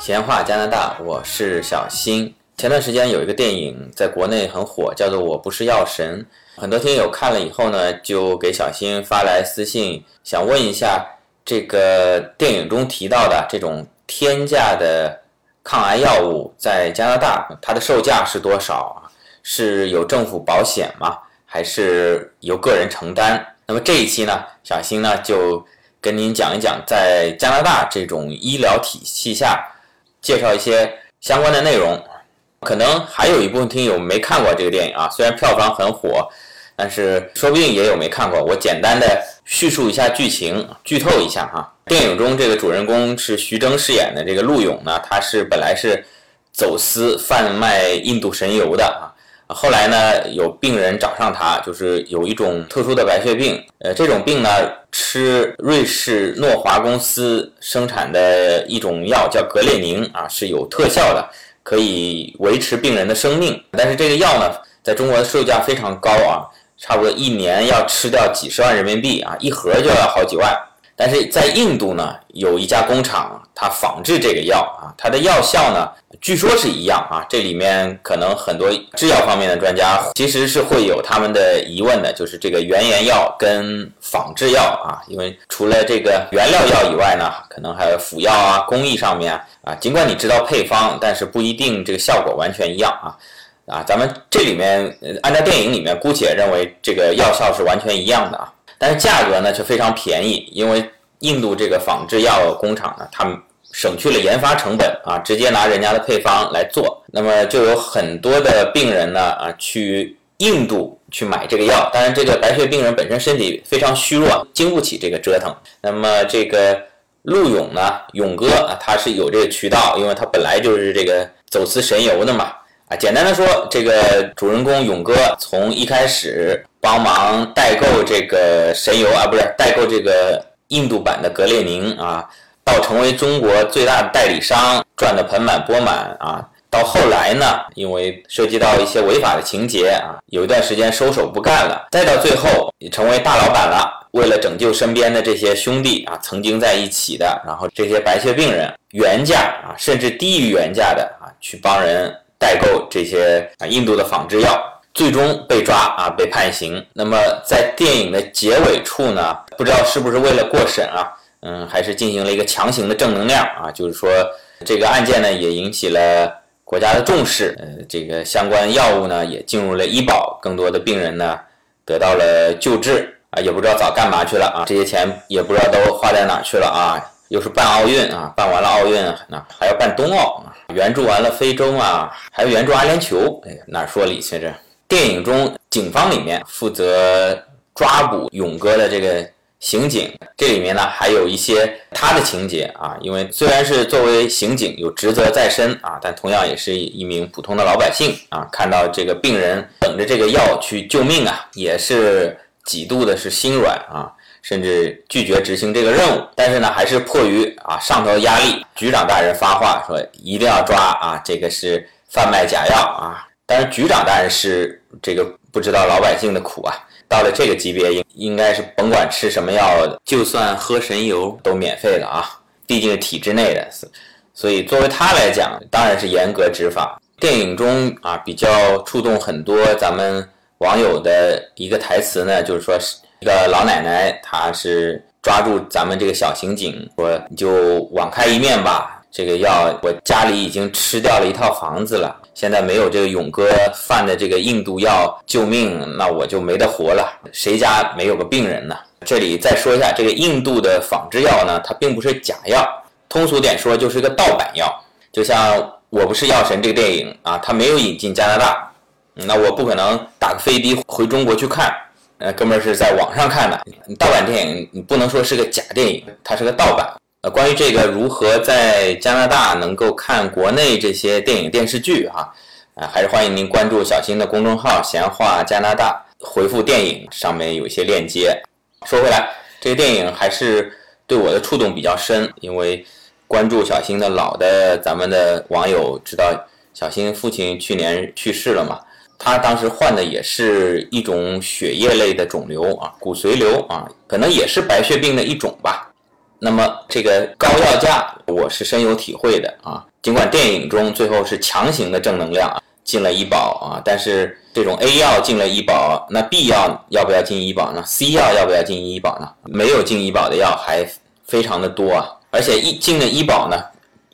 闲话加拿大，我是小新。前段时间有一个电影在国内很火，叫做《我不是药神》，很多听友看了以后呢，就给小新发来私信，想问一下这个电影中提到的这种天价的抗癌药物在加拿大它的售价是多少啊？是有政府保险吗？还是由个人承担？那么这一期呢，小新呢就跟您讲一讲，在加拿大这种医疗体系下。介绍一些相关的内容，可能还有一部分听友没看过这个电影啊，虽然票房很火，但是说不定也有没看过。我简单的叙述一下剧情，剧透一下哈、啊。电影中这个主人公是徐峥饰演的这个陆勇呢，他是本来是走私贩卖印度神油的啊，后来呢有病人找上他，就是有一种特殊的白血病，呃，这种病呢。吃瑞士诺华公司生产的一种药叫格列宁啊，是有特效的，可以维持病人的生命。但是这个药呢，在中国的售价非常高啊，差不多一年要吃掉几十万人民币啊，一盒就要好几万。但是在印度呢，有一家工厂，它仿制这个药啊，它的药效呢，据说是一样啊。这里面可能很多呃制药方面的专家其实是会有他们的疑问的，就是这个原研药跟仿制药啊，因为除了这个原料药以外呢，可能还有辅药啊、工艺上面啊，尽管你知道配方，但是不一定这个效果完全一样啊。啊，咱们这里面呃按照电影里面姑且认为这个药效是完全一样的啊。但是价格呢却非常便宜，因为印度这个仿制药工厂呢，他们省去了研发成本啊，直接拿人家的配方来做。那么就有很多的病人呢啊去印度去买这个药，当然这个白血病人本身身体非常虚弱，经不起这个折腾。那么这个陆勇呢，勇哥啊，他是有这个渠道，因为他本来就是这个走私神油的嘛。啊，简单的说，这个主人公勇哥从一开始帮忙代购这个神油啊，不是代购这个印度版的格列宁啊，到成为中国最大的代理商，赚得盆满钵满啊。到后来呢，因为涉及到一些违法的情节啊，有一段时间收手不干了，再到最后成为大老板了。为了拯救身边的这些兄弟啊，曾经在一起的，然后这些白血病人原价啊，甚至低于原价的啊，去帮人。代购这些啊，印度的仿制药，最终被抓啊，被判刑。那么在电影的结尾处呢，不知道是不是为了过审啊，嗯，还是进行了一个强行的正能量啊，就是说这个案件呢也引起了国家的重视，呃，这个相关药物呢也进入了医保，更多的病人呢得到了救治啊，也不知道早干嘛去了啊，这些钱也不知道都花在哪去了啊。又是办奥运啊，办完了奥运啊，还要办冬奥啊，援助完了非洲啊，还要援助阿联酋，哎，哪说理去这？电影中警方里面负责抓捕勇哥的这个刑警，这里面呢还有一些他的情节啊，因为虽然是作为刑警有职责在身啊，但同样也是一名普通的老百姓啊，看到这个病人等着这个药去救命啊，也是几度的是心软啊。甚至拒绝执行这个任务，但是呢，还是迫于啊上头压力，局长大人发话说一定要抓啊，这个是贩卖假药啊。当然，局长大人是这个不知道老百姓的苦啊。到了这个级别，应应该是甭管吃什么药，就算喝神油都免费了啊，毕竟是体制内的。所以作为他来讲，当然是严格执法。电影中啊，比较触动很多咱们网友的一个台词呢，就是说。一个老奶奶，她是抓住咱们这个小刑警，说你就网开一面吧。这个药我家里已经吃掉了一套房子了，现在没有这个勇哥贩的这个印度药救命，那我就没得活了。谁家没有个病人呢？这里再说一下，这个印度的仿制药呢，它并不是假药，通俗点说就是个盗版药。就像《我不是药神》这个电影啊，它没有引进加拿大，那我不可能打个飞的回中国去看。呃，哥们儿是在网上看的盗版电影，你不能说是个假电影，它是个盗版。呃，关于这个如何在加拿大能够看国内这些电影电视剧哈、啊，啊，还是欢迎您关注小新的公众号“闲话加拿大”，回复“电影”上面有一些链接。说回来，这个电影还是对我的触动比较深，因为关注小新的老的咱们的网友知道，小新父亲去年去世了嘛，他当时患的也是一种血液类的肿瘤啊，骨髓瘤啊，可能也是白血病的一种吧。那么这个高药价，我是深有体会的啊。尽管电影中最后是强行的正能量啊，进了医保啊，但是这种 A 药进了医保，那 B 药要不要进医保呢？C 药要不要进医保呢？没有进医保的药还非常的多啊，而且一进了医保呢，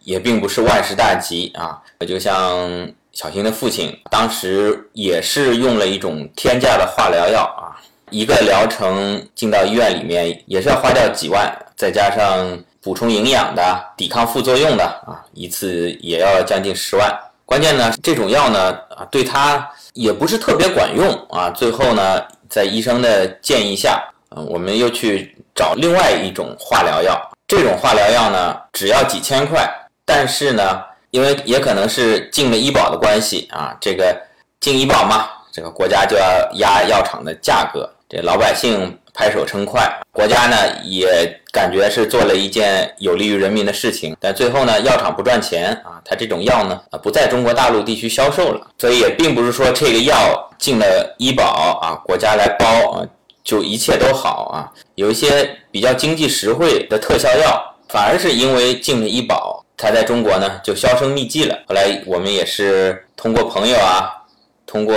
也并不是万事大吉啊。就像小新的父亲，当时也是用了一种天价的化疗药啊，一个疗程进到医院里面也是要花掉几万，再加上补充营养的、抵抗副作用的啊，一次也要将近十万。关键呢，这种药呢啊，对他也不是特别管用啊。最后呢，在医生的建议下，嗯，我们又去找另外一种化疗药。这种化疗药呢，只要几千块，但是呢，因为也可能是进了医保的关系啊，这个进医保嘛，这个国家就要压药厂的价格，这老百姓拍手称快。国家呢也感觉是做了一件有利于人民的事情，但最后呢，药厂不赚钱啊，它这种药呢啊不在中国大陆地区销售了，所以也并不是说这个药进了医保啊，国家来包啊就一切都好啊。有一些比较经济实惠的特效药，反而是因为进了医保，它在中国呢就销声匿迹了。后来我们也是通过朋友啊，通过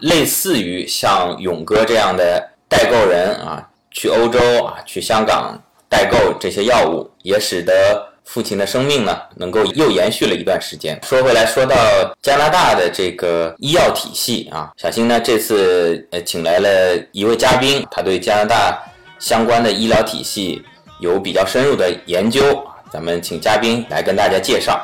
类似于像勇哥这样的代购人啊，去欧洲啊，去香港代购这些药物，也使得父亲的生命呢能够又延续了一段时间。说回来，说到加拿大的这个医药体系啊，小新呢这次呃请来了一位嘉宾，他对加拿大相关的医疗体系有比较深入的研究啊，咱们请嘉宾来跟大家介绍。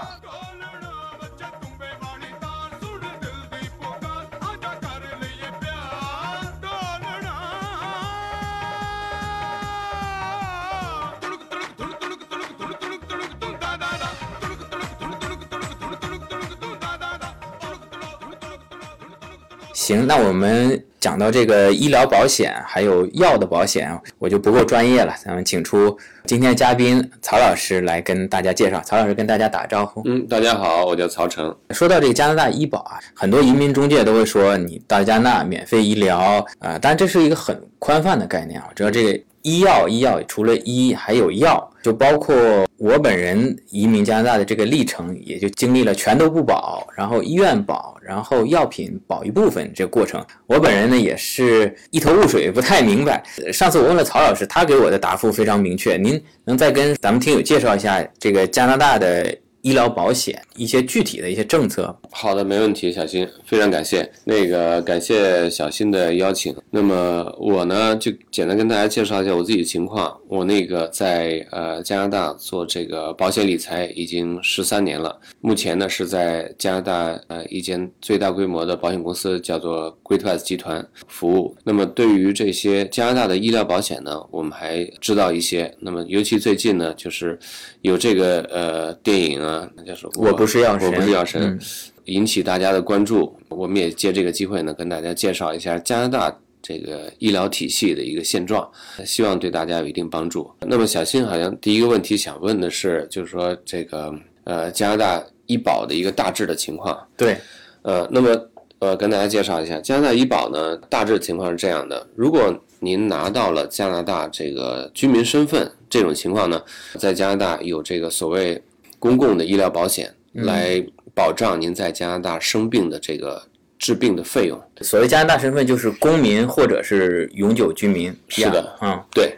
行，那我们讲到这个医疗保险还有药的保险，我就不够专业了。咱们请出今天嘉宾曹老师来跟大家介绍。曹老师跟大家打招呼。嗯，大家好，我叫曹成。说到这个加拿大医保啊，很多移民中介都会说你到加拿大免费医疗啊、呃，但这是一个很宽泛的概念啊。我知道这个医药，医药除了医还有药，就包括我本人移民加拿大的这个历程，也就经历了全都不保，然后医院保，然后药品保一部分这个过程。我本人呢也是一头雾水，不太明白。呃上次我问了曹老师，他给我的答复非常明确。您能再跟咱们听友介绍一下这个加拿大的医疗保险一些具体的一些政策好的，没问题，小新，非常感谢。那个感谢小新的邀请。那么我呢，就简单跟大家介绍一下我自己的情况。我那个在呃加拿大做这个保险理财已经十三年了，目前呢是在加拿大呃一间最大规模的保险公司叫做 Great-West 集团服务。那么对于这些加拿大的医疗保险呢，我们还知道一些。那么尤其最近呢，就是有这个呃电影啊，那叫什么？我不是药神我不是药神。嗯引起大家的关注。我们也借这个机会呢，跟大家介绍一下加拿大这个医疗体系的一个现状，希望对大家有一定帮助。那么，小新好像第一个问题想问的是，就是说这个呃加拿大医保的一个大致的情况。对，呃，那么呃，跟大家介绍一下，加拿大医保呢，大致情况是这样的：如果您拿到了加拿大这个居民身份，这种情况呢，在加拿大有这个所谓公共的医疗保险来保障您在加拿大生病的这个治病的费用。所谓加拿大身份就是公民或者是永久居民。是的呀，嗯，对，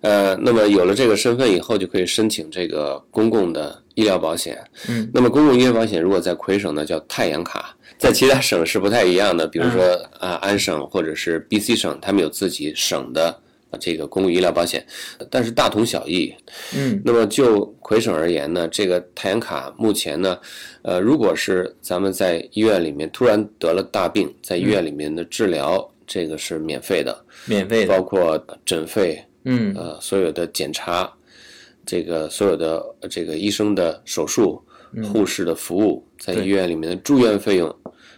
呃，那么有了这个身份以后，就可以申请这个公共的医疗保险。嗯，那么公共医疗保险如果在魁省呢，叫太阳卡，在其他省是不太一样的，比如说啊、呃安省或者是 BC 省，他们有自己省的。呃这个公共医疗保险，但是大同小异。嗯，那么就魁省而言呢，这个太阳卡目前呢，呃，如果是咱们在医院里面突然得了大病，在医院里面的治疗，这个是免费的，免费的。包括诊费、嗯呃所有的检查，这个所有的呃这个医生的手术、护士的服务，在医院里面的住院费用，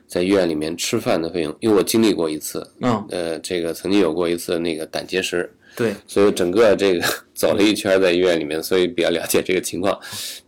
在医院里面吃饭的费用，因为我经历过一次，嗯，呃，这个曾经有过一次那个胆结石，对，所以整个这个 走了一圈在医院里面，所以比较了解这个情况，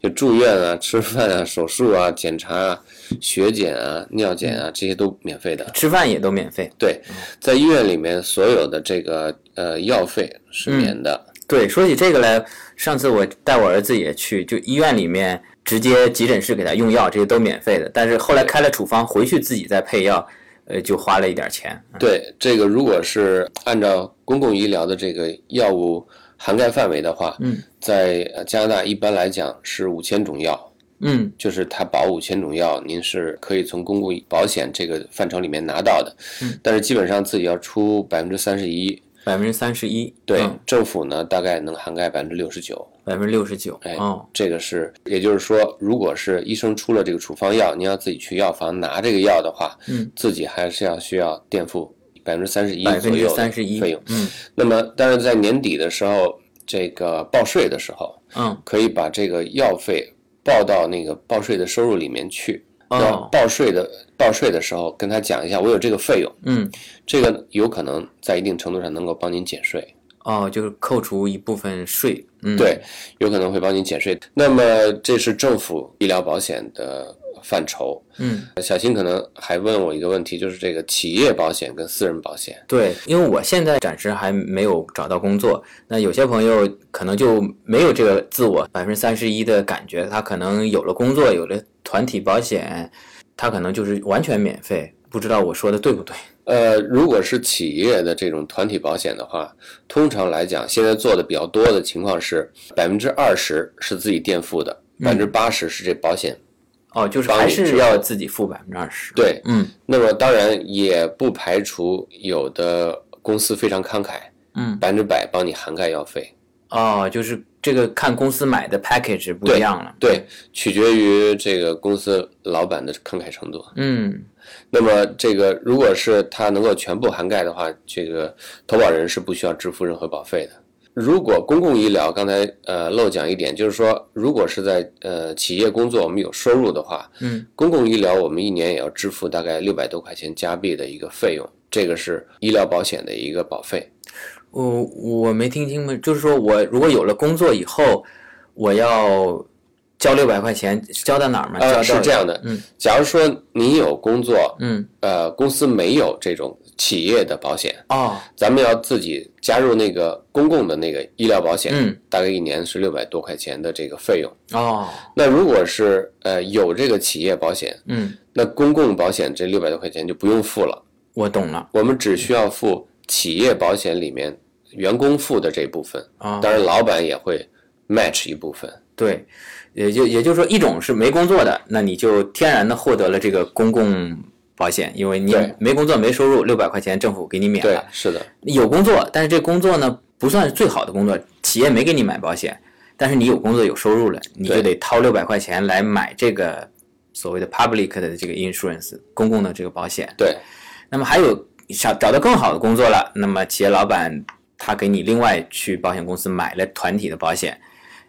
就住院啊、吃饭啊、手术啊、检查啊、血检啊、尿检啊，这些都免费的。吃饭也都免费。对，在医院里面所有的这个呃药费是免的，对，说起这个来，上次我带我儿子也去，就医院里面直接急诊室给他用药，这些都免费的。但是后来开了处方，回去自己再配药，呃，就花了一点钱。对，这个如果是按照公共医疗的这个药物涵盖范围的话，嗯，在呃加拿大一般来讲是五千种药，嗯，就是它保五千种药，您是可以从公共保险这个范畴里面拿到的，嗯，但是基本上自己要出百分之三十一，百分之三十一，嗯对，政府呢大概能涵盖百分之六十九，百分之六十九，哎，哦，这个是，也就是说，如果是医生出了这个处方药，您要自己去药房拿这个药的话，嗯，自己还是要需要垫付百分之三十一百分左之右的三十一费用。嗯那么，但是在年底的时候，这个报税的时候，嗯，可以把这个药费报到那个报税的收入里面去。那哦，报税的报税的时候，跟他讲一下，我有这个费用，嗯，这个有可能在一定程度上能够帮您减税。哦，就是扣除一部分税，嗯，对，有可能会帮你减税。那么这是政府医疗保险的范畴。嗯，小新可能还问我一个问题，就是这个企业保险跟私人保险。对，因为我现在暂时还没有找到工作，那有些朋友可能就没有这个自我百分之三十一的感觉，他可能有了工作，有了团体保险，他可能就是完全免费，不知道我说的对不对？呃，如果是企业的这种团体保险的话，通常来讲，现在做的比较多的情况是百分之二十是自己垫付的，百分之八十是这保险。哦，就是帮还你是支要付自己付百分之二十。，对，嗯那么当然也不排除有的公司非常慷慨，嗯，百分之百帮你涵盖药费。哦，就是这个看公司买的 package 不一样了。对，取决于这个公司老板的慷慨程度。嗯，那么，这个如果是它能够全部涵盖的话，这个投保人是不需要支付任何保费的。如果公共医疗，刚才呃漏讲一点，就是说，如果是在呃企业工作，我们有收入的话，嗯，公共医疗我们一年也要支付大概六百多块钱加币的一个费用，这个是医疗保险的一个保费。我呃我没听清楚，就是说我如果有了工作以后，我要交六百块钱，交到哪儿吗？交呃，到是这样的，嗯假如说您有工作，嗯，呃，公司没有这种企业的保险，哦，咱们要自己加入那个公共的那个医疗保险，嗯，大概一年是六百多块钱的这个费用。哦，那如果是呃有这个企业保险，嗯，那公共保险这六百多块钱就不用付了，我懂了。我们只需要付企业保险里面员工付的这部分，啊、当然老板也会 match 一部分。对，也就也就是说，一种是没工作的，那你就天然的获得了这个公共保险，因为你对没工作没收入，六百块钱政府给你免对了。，是的，有工作，但是这工作呢不算是最好的工作，企业没给你买保险，但是你有工作有收入了，你就对得掏六百块钱来买这个所谓的 public 的这个 insurance 公共的这个保险。对，那么还有想找到更好的工作了，那么企业老板他给你另外去保险公司买了团体的保险，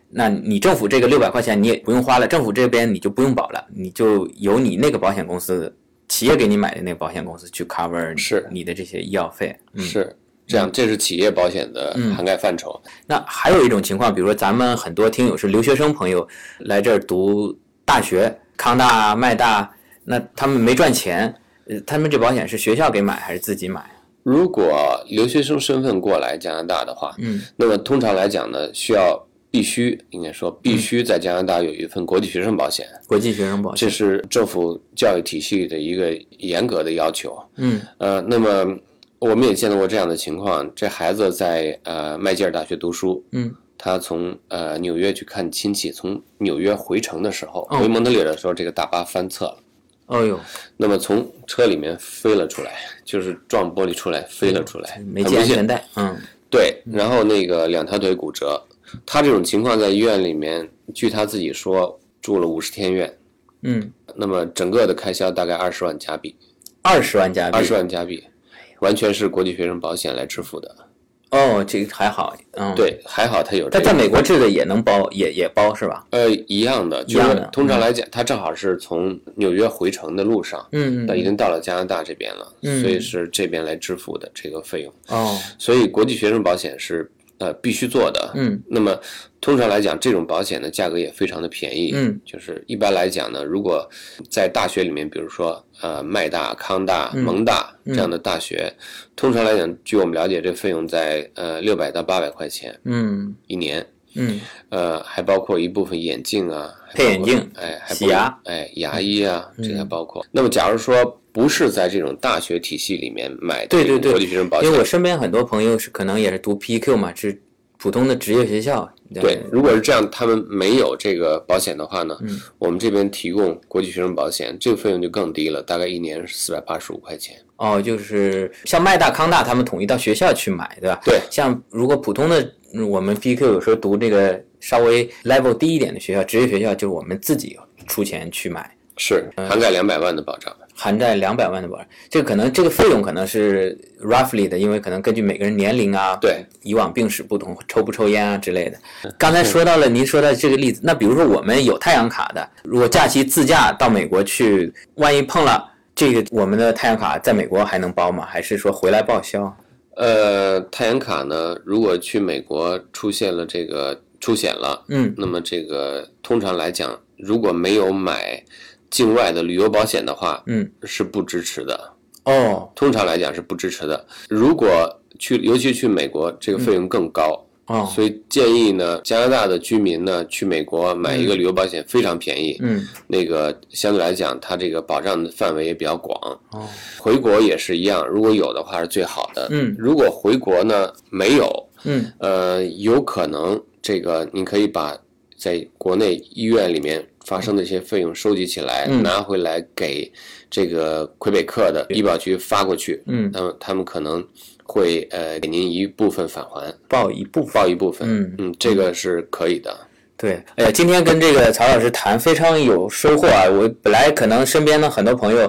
那你政府这个六百块钱你也不用花了，政府这边你就不用保了，你就由你那个保险公司企业给你买的那个保险公司去 cover 你是你的这些医药费。嗯，是这样，这是企业保险的涵盖范畴。那还有一种情况，比如说咱们很多听友是留学生朋友来这儿读大学，康大、麦大，那他们没赚钱，呃，他们这保险是学校给买还是自己买？啊如果留学生身份过来加拿大的话，嗯，那么通常来讲呢，需要必须应该说必须在加拿大有一份国际学生保险，国际学生嗯保险。这是政府教育体系的一个严格的要求。嗯呃，那么我们也见到过这样的情况，这孩子在呃麦吉尔大学读书，嗯，他从呃纽约去看亲戚，从纽约回程的时候，哦回蒙特利尔的时候，这个大巴翻侧了。哦呦，那么从车里面飞了出来，就是撞玻璃出来，飞了出来，没很系安危险全带。嗯对，然后那个两条腿骨折，他这种情况在医院里面，据他自己说住了五十天院，嗯，那么整个的开销大概二十万加币，二十万加币。二十万加币，完全是国际学生保险来支付的。哦，这个还好，嗯，。对，还好它有这但个。在美国这个也能包，也也包是吧？呃，一样的，就一样是的通常来讲，它正好是从纽约回程的路上，嗯那已经到了加拿大这边了，嗯所以是这边来支付的这个费用。哦，所以国际学生保险是呃必须做的。嗯，那么通常来讲，这种保险的价格也非常的便宜。嗯，就是一般来讲呢，如果在大学里面，比如说呃麦大、康大、嗯蒙大这样的大学，通常来讲，据我们了解，这费用在呃六百到八百块钱嗯一年。嗯呃，还包括一部分眼镜啊，还配包眼括镜哎，还洗包括牙，嗯哎，牙医啊，这些包括。那么，假如说不是在这种大学体系里面买对这种对对国际学生保险因为，我身边很多朋友是可能也是读 PQ 嘛，是普通的职业学校。对，如果是这样，他们没有这个保险的话呢，嗯我们这边提供国际学生保险，这个费用就更低了，大概一年是四百八十五块钱。哦，就是像麦大、康大他们统一到学校去买，对吧？对像如果普通的嗯我们 PQ 有时候读这个稍微 level 低一点的学校，职业学校就是我们自己出钱去买，是嗯涵盖两百万的保障，含在两百万的保障。这个可能这个费用可能是 roughly 的，因为可能根据每个人年龄啊，对，以往病史不同，抽不抽烟啊之类的。刚才说到了您说到这个例子，那比如说我们有太阳卡的，如果假期自驾到美国去，万一碰了这个我们的太阳卡在美国还能包吗？还是说回来报销？呃，太阳卡呢，如果去美国出现了这个出险了，嗯，那么这个通常来讲，如果没有买境外的旅游保险的话，嗯，是不支持的。哦通常来讲是不支持的。如果去，尤其去美国，这个费用更高。哦，所以建议呢，加拿大的居民呢去美国买一个旅游保险非常便宜，嗯，那个相对来讲，它这个保障的范围也比较广。哦，回国也是一样，如果有的话是最好的。嗯如果回国呢没有，嗯，呃，有可能这个你可以把在国内医院里面发生的一些费用收集起来，嗯拿回来给这个魁北克的医保局发过去，嗯那么他们可能会呃给您一部分返还。报一部分。报一部分，嗯这个是可以的。对，哎呀，今天跟这个曹老师谈非常有收获啊！我本来可能身边的很多朋友，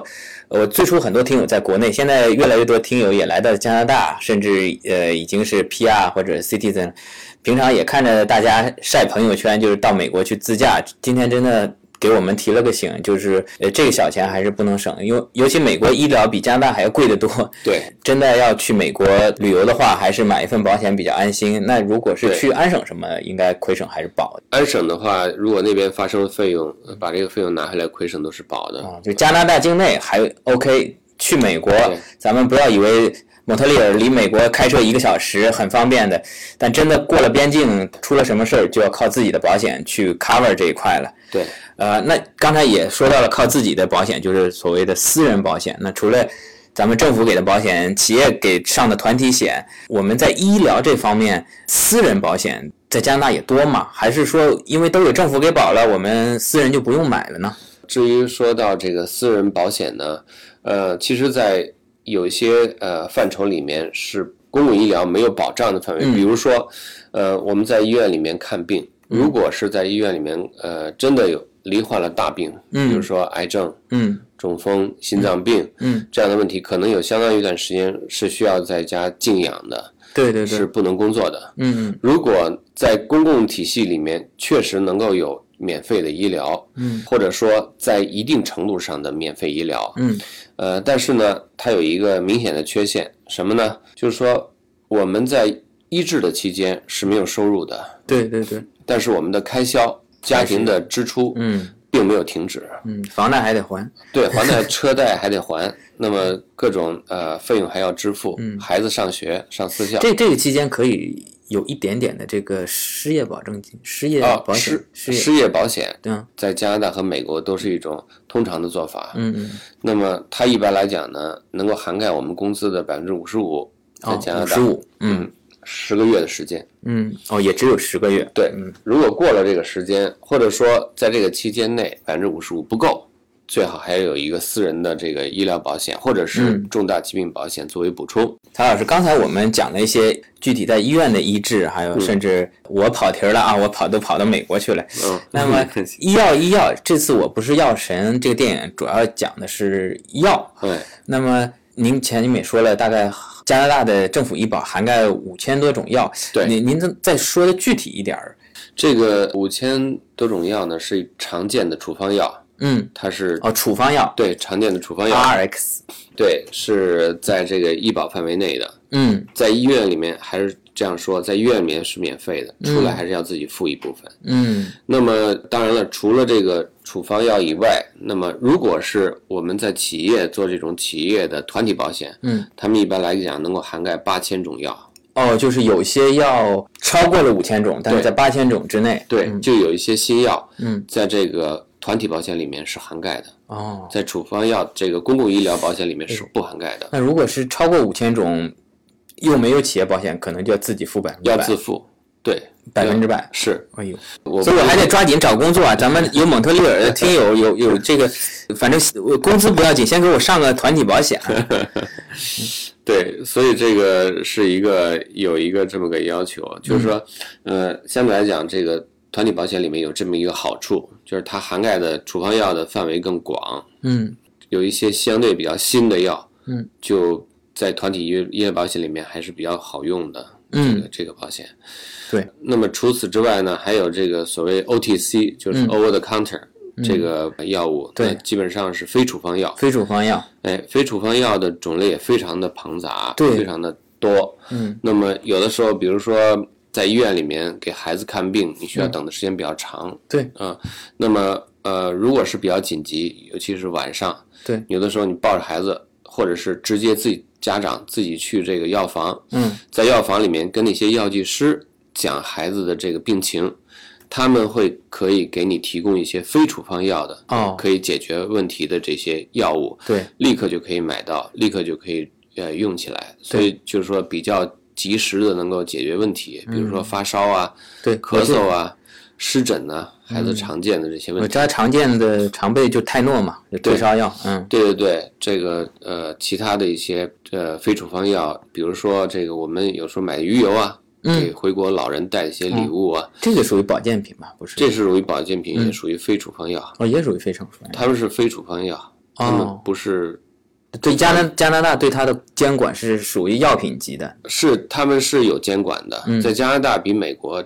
呃我最初很多听友在国内，现在越来越多听友也来到加拿大，甚至呃已经是 PR 或者 citizen。平常也看着大家晒朋友圈，就是到美国去自驾。今天真的给我们提了个醒，就是呃这个小钱还是不能省，尤尤其美国医疗比加拿大还要贵得多。 对，真的要去美国旅游的话，还是买一份保险比较安心。那如果是对去安省什么，应该魁省还是保的。安省的话，如果那边发生了费用，呃把这个费用拿回来，魁省都是保的。啊，就加拿大境内还 OK，去美国对，咱们不要以为蒙特利尔离美国开车一个小时很方便的，但真的过了边境出了什么事儿，就要靠自己的保险去 cover 这一块了。对，呃，那刚才也说到了靠自己的保险，就是所谓的私人保险。那除了咱们政府给的保险，企业给上的团体险，我们在医疗这方面，私人保险在加拿大也多吗？还是说因为都有政府给保了，我们私人就不用买了呢？至于说到这个私人保险呢，呃，其实，在有一些呃范畴里面是公共医疗没有保障的范围，嗯比如说，呃，我们在医院里面看病，嗯如果是在医院里面，呃，真的有罹患了大病，比如说癌症，嗯中风、心脏病，嗯，这样的问题，可能有相当一段时间是需要在家静养的，对对是，不能工作的。嗯如果在公共体系里面确实能够有免费的医疗，嗯，或者说在一定程度上的免费医疗，嗯呃，但是呢，它有一个明显的缺陷，什么呢？就是说我们在医治的期间是没有收入的，对对对，但是我们的开销、家庭的支出，嗯并没有停止。 嗯，房贷还得还，对，还贷、车贷还得还，那么各种呃费用还要支付，嗯孩子上学上私校，这这个期间可以有一点点的这个失业保证金、失业啊保险、失失业，失业保险对啊，在加拿大和美国都是一种通常的做法。嗯嗯，那么它一般来讲呢，能够涵盖我们工资的百分之五十五，在加拿哦，五大十五，嗯十个月的时间。嗯，哦，也只有十个月，对，如果过了这个时间，或者说在这个期间内百分之五十五不够，最好还有一个私人的这个医疗保险或者是嗯重大疾病保险作为补充。 曹老师，刚才我们讲了一些具体在医院的医治，还有甚至我跑题儿了啊，我跑都跑到美国去 了。嗯那么医药医药，这次我不是药神这个电影主要讲的是药，对，那么您前面也说了，大概加拿大的政府医保涵盖五千多种药，对您您再再说的具体一点儿，这个五千多种药呢是常见的处方药，嗯，它是哦，处方药对啊常见的处方药，啊 RX，对是在这个医保范围内的，嗯在医院里面还是这样说，在医院里面是免费的，出来还是要自己付一部分。嗯那么当然了，除了这个处方药以外，那么如果是我们在企业做这种企业的团体保险，嗯，他们一般来讲能够涵盖八千种药，哦，就是有些药超过了五千种，但是对在八千种之内，对，就有一些新药，嗯，在这个团体保险里面是涵盖的，哦，在处方药这个公共医疗保险里面嗯是不涵盖的，那如果是超过五千种，又没有企业保险，可能就要自己付百分之要百自，付，对，百分之百。是哎呦，我所以我还得抓紧找工作啊！咱们有蒙特利尔的听友，有有这个，反正我工资不要紧，先给我上个团体保险。啊对，所以这个是一个有一个这么个要求，啊嗯就是说，呃，相对来讲，这个团体保险里面有这么一个好处，就是它涵盖的处方药的范围更广，嗯有一些相对比较新的药，嗯，就在团体医医疗保险里面还是比较好用的，这个嗯，这个保险。对，那么除此之外呢，还有这个所谓 OTC，就是 over the counter、这个药物，嗯对那基本上是非处方药。非处方药。哎，非处方药的种类也非常的庞杂，对非常的多。嗯，那么有的时候，比如说在医院里面给孩子看病，你嗯需要等的时间比较长。对啊、那么呃，如果是比较紧急，尤其是晚上，对，有的时候你抱着孩子，或者是直接自己家长自己去这个药房，嗯，在药房里面跟那些药剂师讲孩子的这个病情，他们会可以给你提供一些非处方药的，哦可以解决问题的这些药物，对，立刻就可以买到，立刻就可以呃用起来，所以就是说比较及时的能够解决问题，比如说发烧啊、对，咳我嗽啊、湿疹呐、孩子常见的这些这问我题。知道呃常见的常备就泰诺嘛，就退烧药。嗯对对对，这个呃，其他的一些呃非处方药，比如说这个我们有时候买鱼油啊，给回国老人带一些礼物啊，这个属于保健品吧？不是？这是属于保健品，也属于非处方药，哦，也属于非常方药。他们是非处方药，他们哦不是嗯对加拿加拿大对它的监管是属于药品级的。是他们是有监管的，在加拿大比美国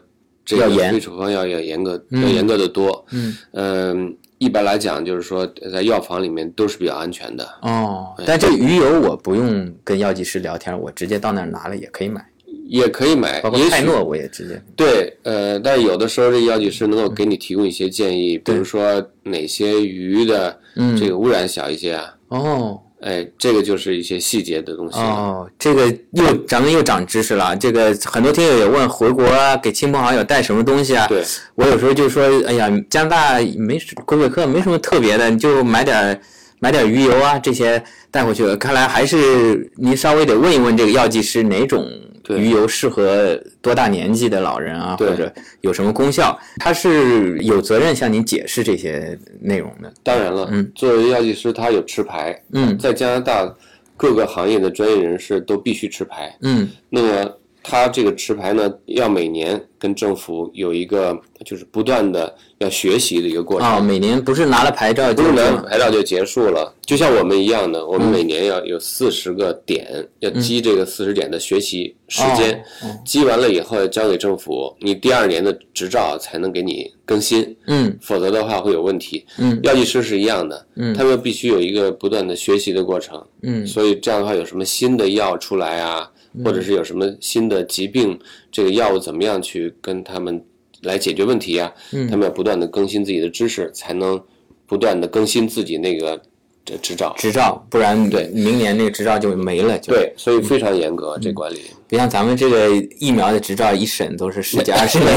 嗯这要个严非处方药要严格，要严格的多。嗯嗯，一般来讲就是说，在药房里面都是比较安全的。哦，但这鱼油我不用跟药剂师聊天，我直接到那儿拿了也可以买，也可以买，包括也泰许诺我也直接。对，呃，但有的时候这药剂师能嗯够给你提供一些建议，比如说哪些鱼的嗯这个污染小一些啊，哦哎，这个就是一些细节的东西了。哦，这个又咱们又长知识了。这个很多听友也问回国啊，给亲朋好友带什么东西啊？对，我有时候就说，哎呀，加拿大没什魁北克没什么特别的，你就买点儿买点儿鱼油啊这些带回去。看来还是您稍微得问一问这个药剂师哪种对鱼油适合多大年纪的老人啊，对或者有什么功效，他是有责任向您解释这些内容的。当然了，作为药剂师，他有持牌，嗯在加拿大各个行业的专业人士都必须持牌。嗯那么他这个持牌呢，要每年跟政府有一个就是不断的要学习的一个过程。啊、每年不是拿了牌照就不是能牌照就结束了，就像我们一样的，我嗯们每年要有四十个点，要积这个四十点的学习时哦间，积完了以后要交给政府，你第二年的执照才能给你更新，嗯否则的话会有问题。嗯药剂师是一样的，嗯他们必须有一个不断的学习的过程，嗯所以这样的话，有什么新的药出来啊，或者是有什么新的疾病，这个药物怎么样去跟他们来解决问题啊？嗯他们要不断的更新自己的知识，才能不断的更新自己那个这执照。执照，不然对明年那个执照就没了，就对，所以非常严嗯格、这管理。不像咱们这个疫苗的执照一审都是十几二十年。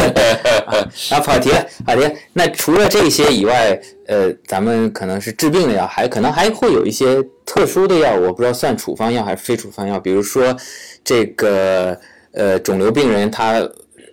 啊，跑题了，跑题了。那除了这些以外，呃，咱们可能是治病的药，还可能还会有一些特殊的药，我不知道算处方药还是非处方药。比如说，这个呃，肿瘤病人他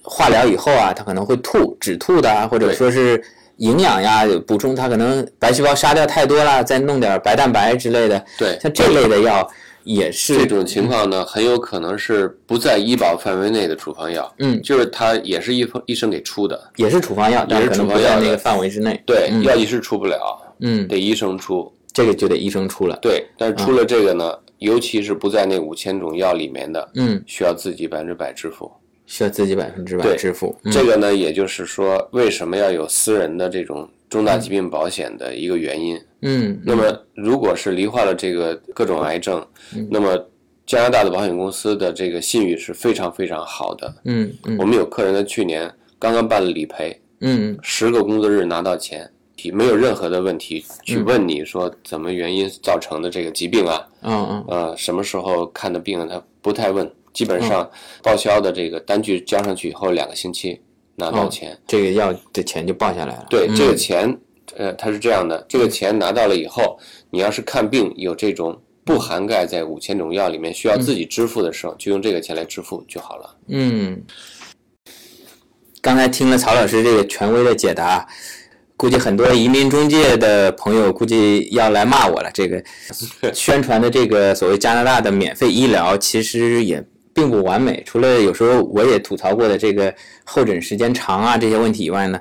化疗以后啊，他可能会吐，止吐的啊，或者对说是营养呀补充，他可能白细胞杀掉太多了，再弄点白蛋白之类的。对像这类的药也是这种情况呢，很有可能是不在医保范围内的处方药，嗯就是它也是医医生给出的，也是处方药，但也是可能不处方在药那个的范围之内。对，药剂师出不了，嗯，得医生出。这个就得医生出了。嗯对，但是出了这个呢，尤其是不在那五千种药里面的，嗯，需要自己百分之百支付。需要自己百分之百对支付。嗯这个呢，也就是说，为什么要有私人的这种重大疾病保险的一个原因。嗯那么，如果是罹患了这个各种癌症，嗯那么加拿大的保险公司的这个信誉是非常非常好的。嗯嗯我们有客人在去年刚刚办了理赔，嗯十个工作日拿到钱，没有任何的问题去问你说怎么原因造成的这个疾病啊，嗯嗯呃，什么时候看的病啊，他不太问，基本上报销的这个单据交上去以后两个星期拿到钱。这个药的钱就报下来了。对，嗯这个钱，呃，它是这样的，这个钱拿到了以后，你要是看病有这种。不涵盖在五千种药里面需要自己支付的时候，就用这个钱来支付就好了。嗯，刚才听了曹老师这个权威的解答，估计很多移民中介的朋友估计要来骂我了。这 个宣传的这个所谓加拿大的免费医疗，其实也并不完美。除了有时候我也吐槽过的这个候诊时间长啊这些问题以外呢，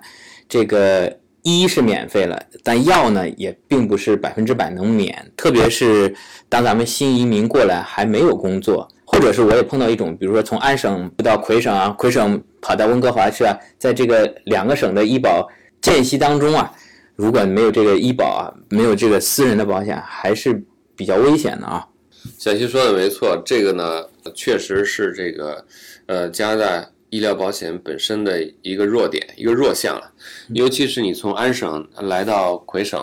这个医是免费了，但药呢也并不是百分之百能免，特别是当咱们新移民过来还没有工作，或者是我也碰到一种，比如说从安省到魁省啊，魁省跑到温哥华去啊，在这个两个省的医保间隙当中啊，如果没有这个医保啊，没有这个私人的保险，还是比较危险的啊。小西说的没错，这个呢确实是这个呃加拿大医疗保险本身的一个弱点，一个弱项了。尤其是你从安省来到魁省，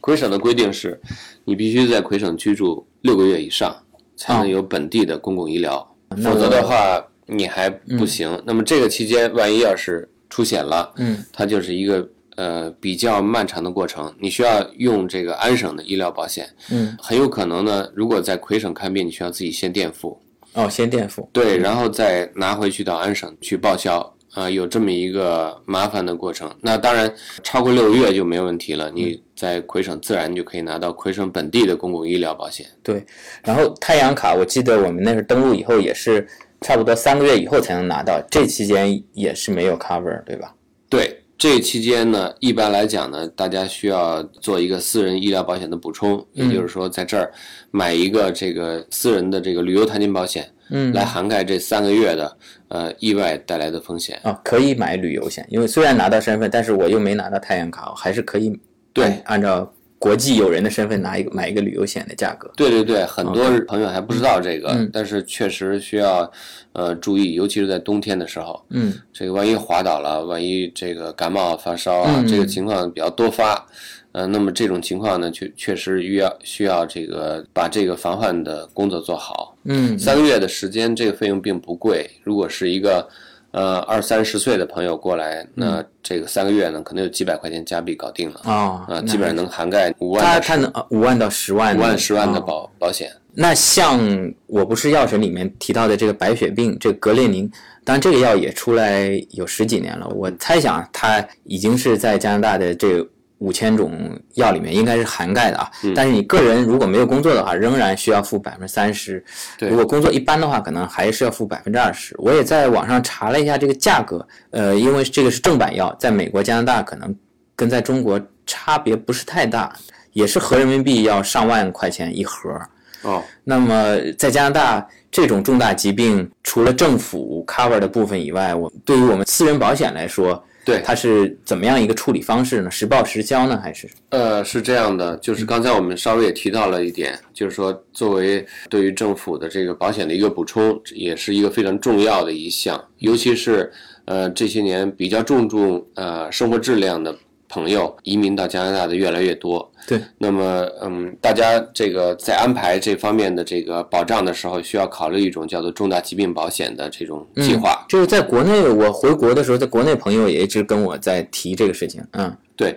魁省的规定是，你必须在魁省居住六个月以上，才能有本地的公共医疗，那否则的话你还不行。那么这个期间，万一要是出险了，嗯，它就是一个呃比较漫长的过程，你需要用这个安省的医疗保险。嗯，很有可能呢，如果在魁省看病，你需要自己先垫付，哦，先垫付，对，然后再拿回去到安省去报销，啊、有这么一个麻烦的过程。那当然，超过六个月就没问题了，你在魁省自然就可以拿到魁省本地的公共医疗保险。对。然后太阳卡，我记得我们那时候登录以后也是差不多三个月以后才能拿到，这期间也是没有 cover，对吧？对，这期间呢，一般来讲呢，大家需要做一个私人医疗保险的补充，也就是说，在这儿买一个这个私人的这个旅游谈金保险，嗯来涵盖这三个月的呃意外带来的风险。啊，可以买旅游险，因为虽然拿到身份，但是我又没拿到太阳卡，我还是可以按对，按照国际友人的身份拿一个买一个旅游险的价格。对对对，很多朋友还不知道这个，嗯但是确实需要呃注意，尤其是在冬天的时候，嗯这个万一滑倒了，万一这个感冒发烧啊，嗯这个情况比较多发。呃，那么这种情况呢，确确实需要需要这个把这个防范的工作做好。嗯三个月的时间，这个费用并不贵。如果是一个呃二三十岁的朋友过来，那这个三个月呢，可能有几百块钱加币搞定了。嗯哦，啊，那基本上能涵盖五他万他能啊五万到十万五万十万的哦保、保险。那像我不是药神里面提到的这个白血病，这个格列宁，当然这个药也出来有十几年了，我猜想它已经是在加拿大的这五千种药里面应该是涵盖的啊。但是你个人如果没有工作的话，仍然需要付百分之三十；对如果工作一般的话，可能还是要付百分之二十。我也在网上查了一下这个价格，呃，因为这个是正版药，在美国、加拿大可能跟在中国差别不是太大，也是合人民币要上万块钱一盒。哦，那么在加拿大，这种重大疾病除了政府 cover 的部分以外，我对于我们私人保险来说，对，它是怎么样一个处理方式呢？实报实销呢，还是呃，是这样的，就是刚才我们稍微也提到了一点，就是说，作为对于政府的这个保险的一个补充，也是一个非常重要的一项，尤其是呃这些年比较注重呃生活质量的朋友，移民到加拿大的越来越多。对，那么嗯，大家这个在安排这方面的这个保障的时候，需要考虑一种叫做重大疾病保险的这种计划。嗯就是在国内，我回国的时候，在国内朋友也一直跟我在提这个事情。嗯对，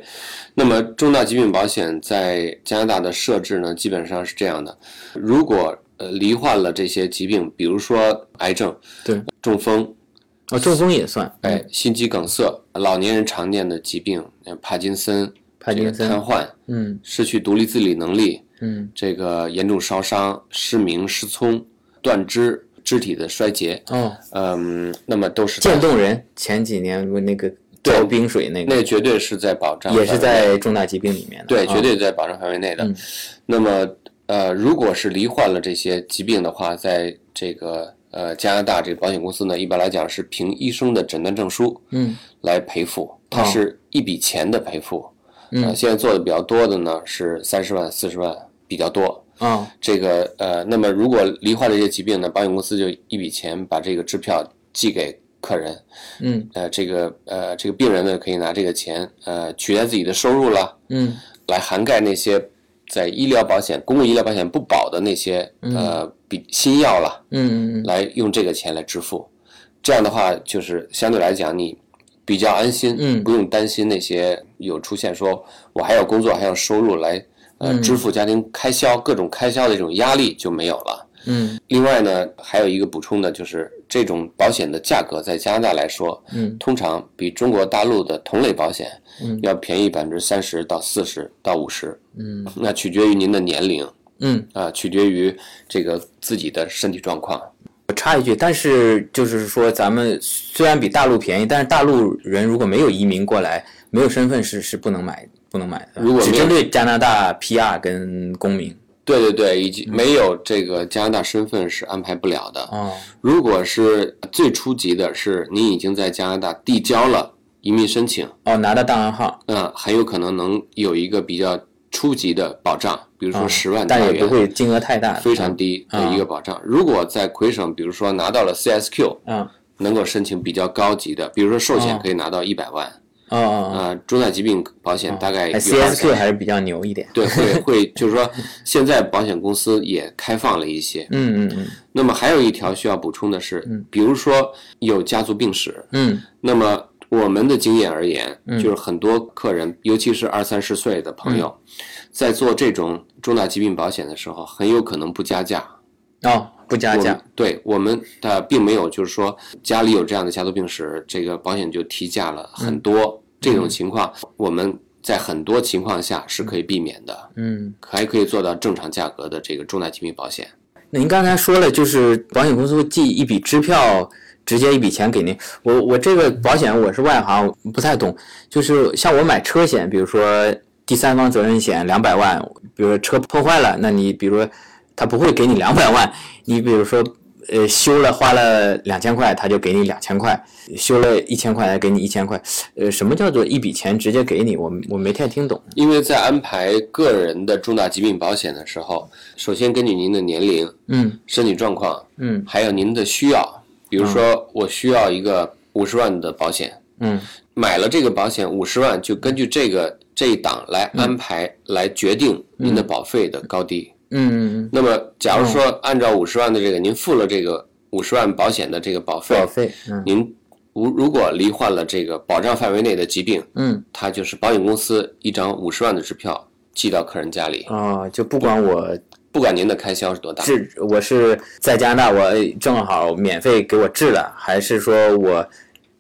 那么重大疾病保险在加拿大的设置呢，基本上是这样的：如果呃罹患了这些疾病，比如说癌症、对，中风、哦，中风也算，嗯哎，心肌梗塞、老年人常见的疾病，呃帕金森、帕金这森个瘫痪、嗯失去独立自理能力，嗯，这个严重烧伤、失明、失聪、断肢、肢体的衰竭，哦，嗯，那么都是渐冻人前几年我那个调冰水那个那绝对是在保障也是范围内在重大疾病里面的，对，啊绝对在保障范围内的。嗯那么呃，如果是罹患了这些疾病的话，在这个呃加拿大这个保险公司呢，一般来讲是凭医生的诊断证书，嗯，来赔付，它是一笔钱的赔付。哦嗯呃现在做的比较多的呢是三十万、四十万比较多。啊这个呃，那么如果罹患了这些疾病呢，保险公司就一笔钱把这个支票寄给客人，嗯呃，这个呃，这个病人呢可以拿这个钱，呃，取代自己的收入啦，嗯来涵盖那些在医疗保险、公共医疗保险不保的那些呃，比新药啦，嗯嗯来用这个钱来支付。这样的话，就是相对来讲你比较安心，嗯不用担心那些有出现说我还要工作还要收入来呃嗯支付家庭开销各种开销的这种压力就没有了。嗯另外呢，还有一个补充的就是，这种保险的价格在加拿大来说，嗯，通常比中国大陆的同类保险，嗯，要便宜百分之三十到四十到五十，嗯，那取决于您的年龄嗯。啊，取决于这个自己的身体状况。我插一句，但是就是说，咱们虽然比大陆便宜，但是大陆人如果没有移民过来，没有身份是是不能买不能买的。如果只没有针对加拿大 PR 跟公民对对对，以及没有这个加拿大身份是安排不了的。嗯哦，如果是最初级的是您已经在加拿大递交了移民申请，哦，拿到档案号，那很有可能能有一个比较初级的保障，比如说十万嗯啊但大也元不，会嗯金额太大。非常低的一个保障。如果在魁省，比如说拿到了 CSQ，嗯，哦能够申请比较高级的，比如说寿险哦可以拿到一百万，哦啊，重大疾病保险大概哦有，CSQ 还是比较牛一点。对，会会就是说，现在保险公司也开放了一些。嗯嗯嗯那么还有一条需要补充的是，比如说有家族病史，嗯那么我们的经验而言，就是很多客人，尤其是二三十岁的朋友，嗯在做这种重大疾病保险的时候，很有可能不加价。哦，不加我价们。对我们呃，并没有就是说家里有这样的家族病史，这个保险就提价了很多。嗯这种情况，我们在很多情况下是可以避免的，嗯，还可以做到正常价格的这个重大疾病保险。那您刚才说了，就是保险公司会寄一笔支票，直接一笔钱给您。我我这个保险我是外行，我不太懂。就是像我买车险，比如说第三方责任险两百万，比如说车破坏了，那你比如说他不会给你两百万，你比如说。呃，修了花了两千块，他就给你两千块；修了一千块，他给你一千块。呃，什么叫做一笔钱直接给你？我我没太听懂。因为在安排个人的重大疾病保险的时候，首先根据您的年龄、嗯身体状况，嗯还有您的需要，比如说我需要一个五十万的保险，嗯买了这个保险五十万，就根据这个这一档来安排、来决定您的保费的高低。嗯嗯，那么，假如说按照五十万的这个，您付了这个五十万保险的这个保费，保费。嗯您如如果罹患了这个保障范围内的疾病，嗯。它就是保险公司一张五十万的支票寄到客人家里，哦，就不管我不管您的开销是多大。治，我是在加拿大，我正好免费给我治了，还是说我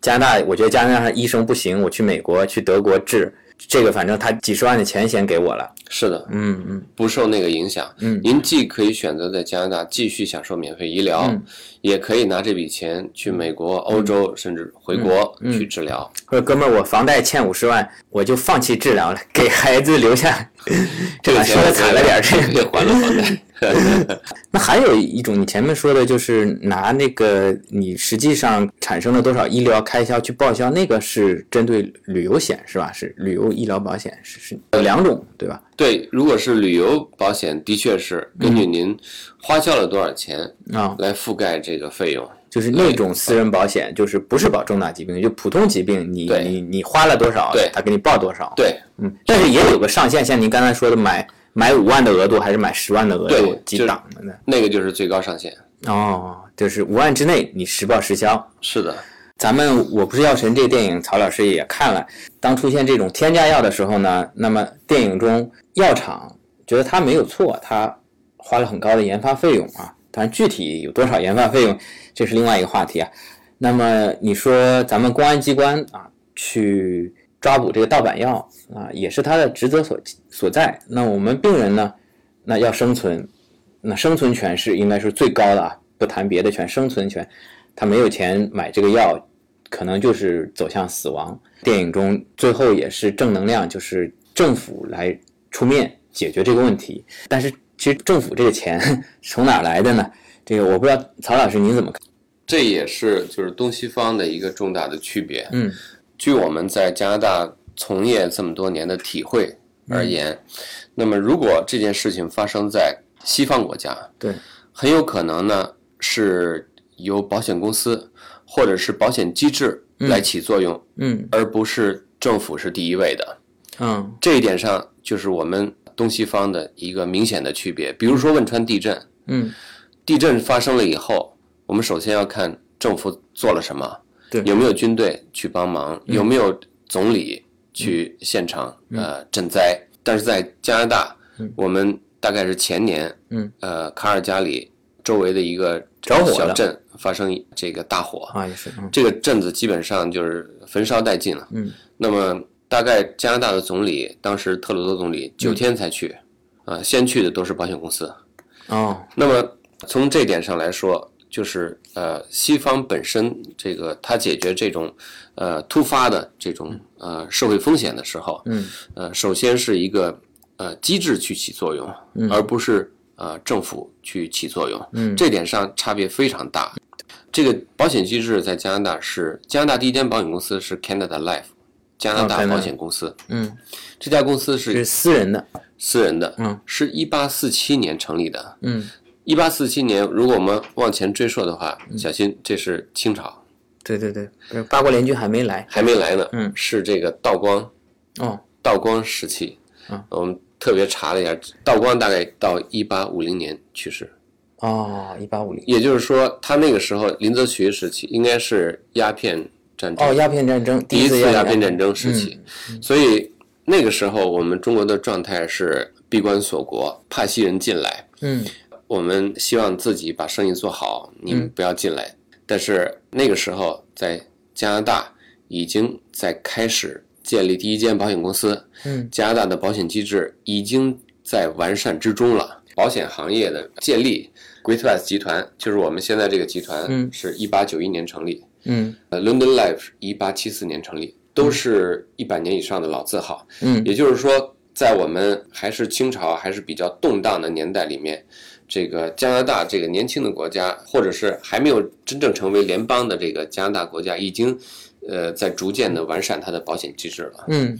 加拿大，我觉得加拿大医生不行，我去美国、去德国治，这个反正他几十万的钱先给我了。是的，嗯嗯不受那个影响。嗯您既可以选择在加拿大继续享受免费医疗，嗯也可以拿这笔钱去美国、欧洲，甚至回国嗯去治疗。或者哥们儿，我房贷欠五十万，我就放弃治疗了，给孩子留下。 这个个钱说的惨了点 儿，这也个。还了房贷。 那还有一种，你前面说的就是拿那个你实际上产生了多少医疗开销去报销，那个是针对旅游险是吧？是旅游医疗保险是是有两种对吧？ 对，如果是旅游保险，的确是根嗯据您花销了多少钱啊、来覆盖这个费用。就是那种私人保险，就是不是保重大疾病，就普通疾病，你对你你花了多少对，他给你报多少。对嗯，但是也有个上限，像您刚才说的买。买五万的额度还是买十万的额对度？就几是档的呢？那个就是最高上限。哦，就是五万之内你实报实销，是的，咱们《我不是药神》这个电影，曹老师也看了。当出现这种添加药的时候呢，那么电影中药厂觉得他没有错，他花了很高的研发费用啊。当然，具体有多少研发费用，这是另外一个话题啊。那么你说咱们公安机关啊，去抓捕这个盗版药啊，也是他的职责所所在。那我们病人呢，那要生存，那生存权是应该是最高的啊，不谈别的权，生存权。他没有钱买这个药，可能就是走向死亡。电影中最后也是正能量，就是政府来出面解决这个问题。但是其实政府这个钱 从哪儿来的呢？这个我不知道，曹老师您怎么看？这也是就是东西方的一个重大的区别。嗯，据我们在加拿大从业这么多年的体会而言，那么如果这件事情发生在西方国家，对，很有可能呢是由保险公司或者是保险机制来起作用，嗯而不是政府是第一位的。嗯这一点上就是我们东西方的一个明显的区别。比如说汶川地震，嗯地震发生了以后，我们首先要看政府做了什么，对嗯有没有军队去帮忙，有没有总理去现场、呃赈灾。但是在加拿大，我们大概是前年，嗯，呃，卡尔加里周围的一个着火了小镇发生这个大火，啊也是，嗯这个镇子基本上就是焚烧殆尽了。嗯，那么大概加拿大的总理，当时特鲁多总理九天才去，呃，先去的都是保险公司。哦那么从这点上来说，就是呃，西方本身这个它解决这种呃突发的这种呃社会风险的时候，嗯，呃，首先是一个呃机制去起作用，而不是呃政府去起作用，嗯这点上差别非常大。这个保险机制在加拿大是加拿大第一间保险公司是 Canada Life，加拿哦大，Canada 保险公司，嗯，这家公司是是私人的，私人的，嗯，是一八四七年成立的，嗯一八四七年，如果我们往前追溯的话，小心这是清朝对对对，不是八国联军还没来还没来呢，嗯是这个道光哦，道光时期，嗯我们特别查了一下，道光大概到一八五零年去世，哦一八五零也就是说，他那个时候林则徐时期应该是鸦片战争，哦鸦片战争第一次鸦鸦片战争时期，所以那个时候我们中国的状态是闭关锁国，怕西人进来，嗯我们希望自己把生意做好，你们不要进来。但是那个时候，在加拿大已经在开始建立第一间保险公司，嗯加拿大的保险机制已经在完善之中了。保险行业的建立，Great West 集团就是我们现在这个集团嗯，是一八九一年成立，嗯呃，London Life 一八七四年成立，都是一百年以上的老字号。嗯也就是说，在我们还是清朝还是比较动荡的年代里面，这个加拿大这个年轻的国家，或者是还没有真正成为联邦的这个加拿大国家，已经呃在逐渐的完善它的保险机制了。嗯，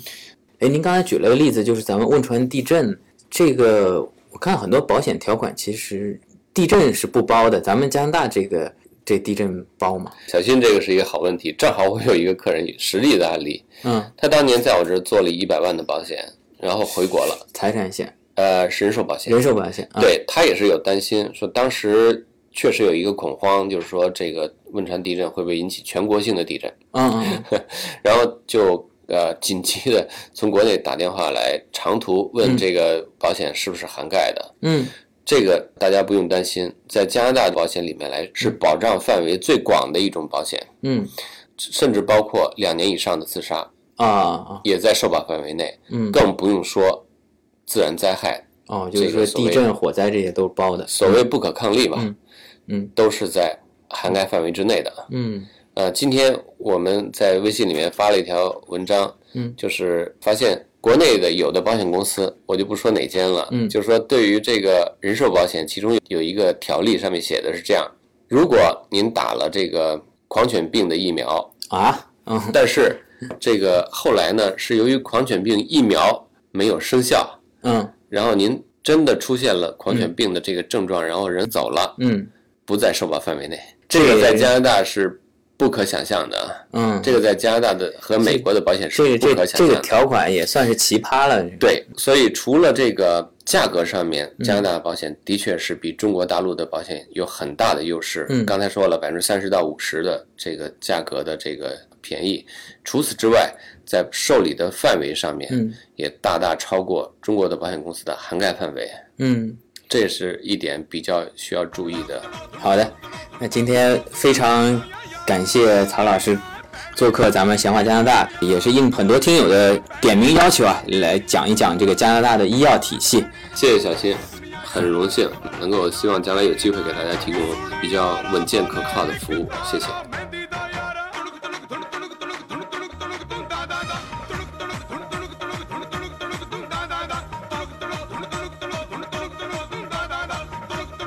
哎，您刚才举了个例子，就是咱们汶川地震这个，我看很多保险条款其实地震是不包的，咱们加拿大这个这地震包吗？小新这个是一个好问题，正好我有一个客人有实例的案例，嗯，他当年在我这儿做了一百万的保险，然后回国了，财产险、呃，人寿保险，人寿保险啊，，对他也是有担心，说当时确实有一个恐慌，就是说这个汶川地震会不会引起全国性的地震，嗯嗯然后就呃紧急的从国内打电话来长途问这个保险是不是涵盖的。嗯这个大家不用担心，在加拿大的保险里面来是保障范围最广的一种保险，嗯甚至包括两年以上的自杀啊啊，也在受保范围内，嗯更不用说自然灾害哦，就是这说个所谓地震、火灾这些都是包的，所谓不可抗力吧，嗯嗯都是在涵盖范围之内的。嗯呃，今天我们在微信里面发了一条文章，嗯就是发现国内的有的保险公司，我就不说哪间了，嗯就是说对于这个人寿保险，其中有有一个条例上面写的是这样：如果您打了这个狂犬病的疫苗，啊，嗯但是这个后来呢是由于狂犬病疫苗没有生效，嗯然后您真的出现了狂犬病的这个症状，然后人走了，嗯不在受保范围内。这个在加拿大是不可想象的，啊嗯，这个在加拿大的和美国的保险这是个不这可个想这象个的。条款也算是奇葩了，这个，对，所以除了这个价格上面，嗯加拿大的保险的确是比中国大陆的保险有很大的优势。嗯刚才说了百分之三十到五十的这个价格的这个便宜，除此之外，在受理的范围上面嗯也大大超过中国的保险公司的涵盖范围，嗯。这是一点比较需要注意的。好的，那今天非常感谢曹老师做客咱们闲话加拿大，也是应很多听友的点名要求啊，来讲一讲这个加拿大的医药体系。谢谢小新，很荣幸能够希望将来有机会给大家提供比较稳健可靠的服务，谢谢。 తుణుకు తుణుకు తుణుకు తుణుకు తుణుకు తుణుకు తుణుకు తుణుకు తుణుకు తుణుకు తుణుకు తుణుకు తుణుకు తుణుకు తుణుకు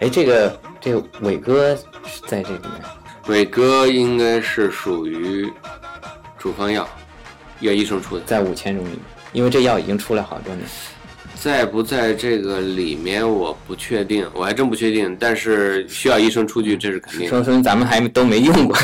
哎，这个这个伟哥是在这里面，伟哥应该是属于处方药，药医生出的，在五千中里面，因为这药已经出来好多年。在不在这个里面我不确定，我还真不确定，但是需要医生出具，这是肯定 的。说说明咱们还都没用过。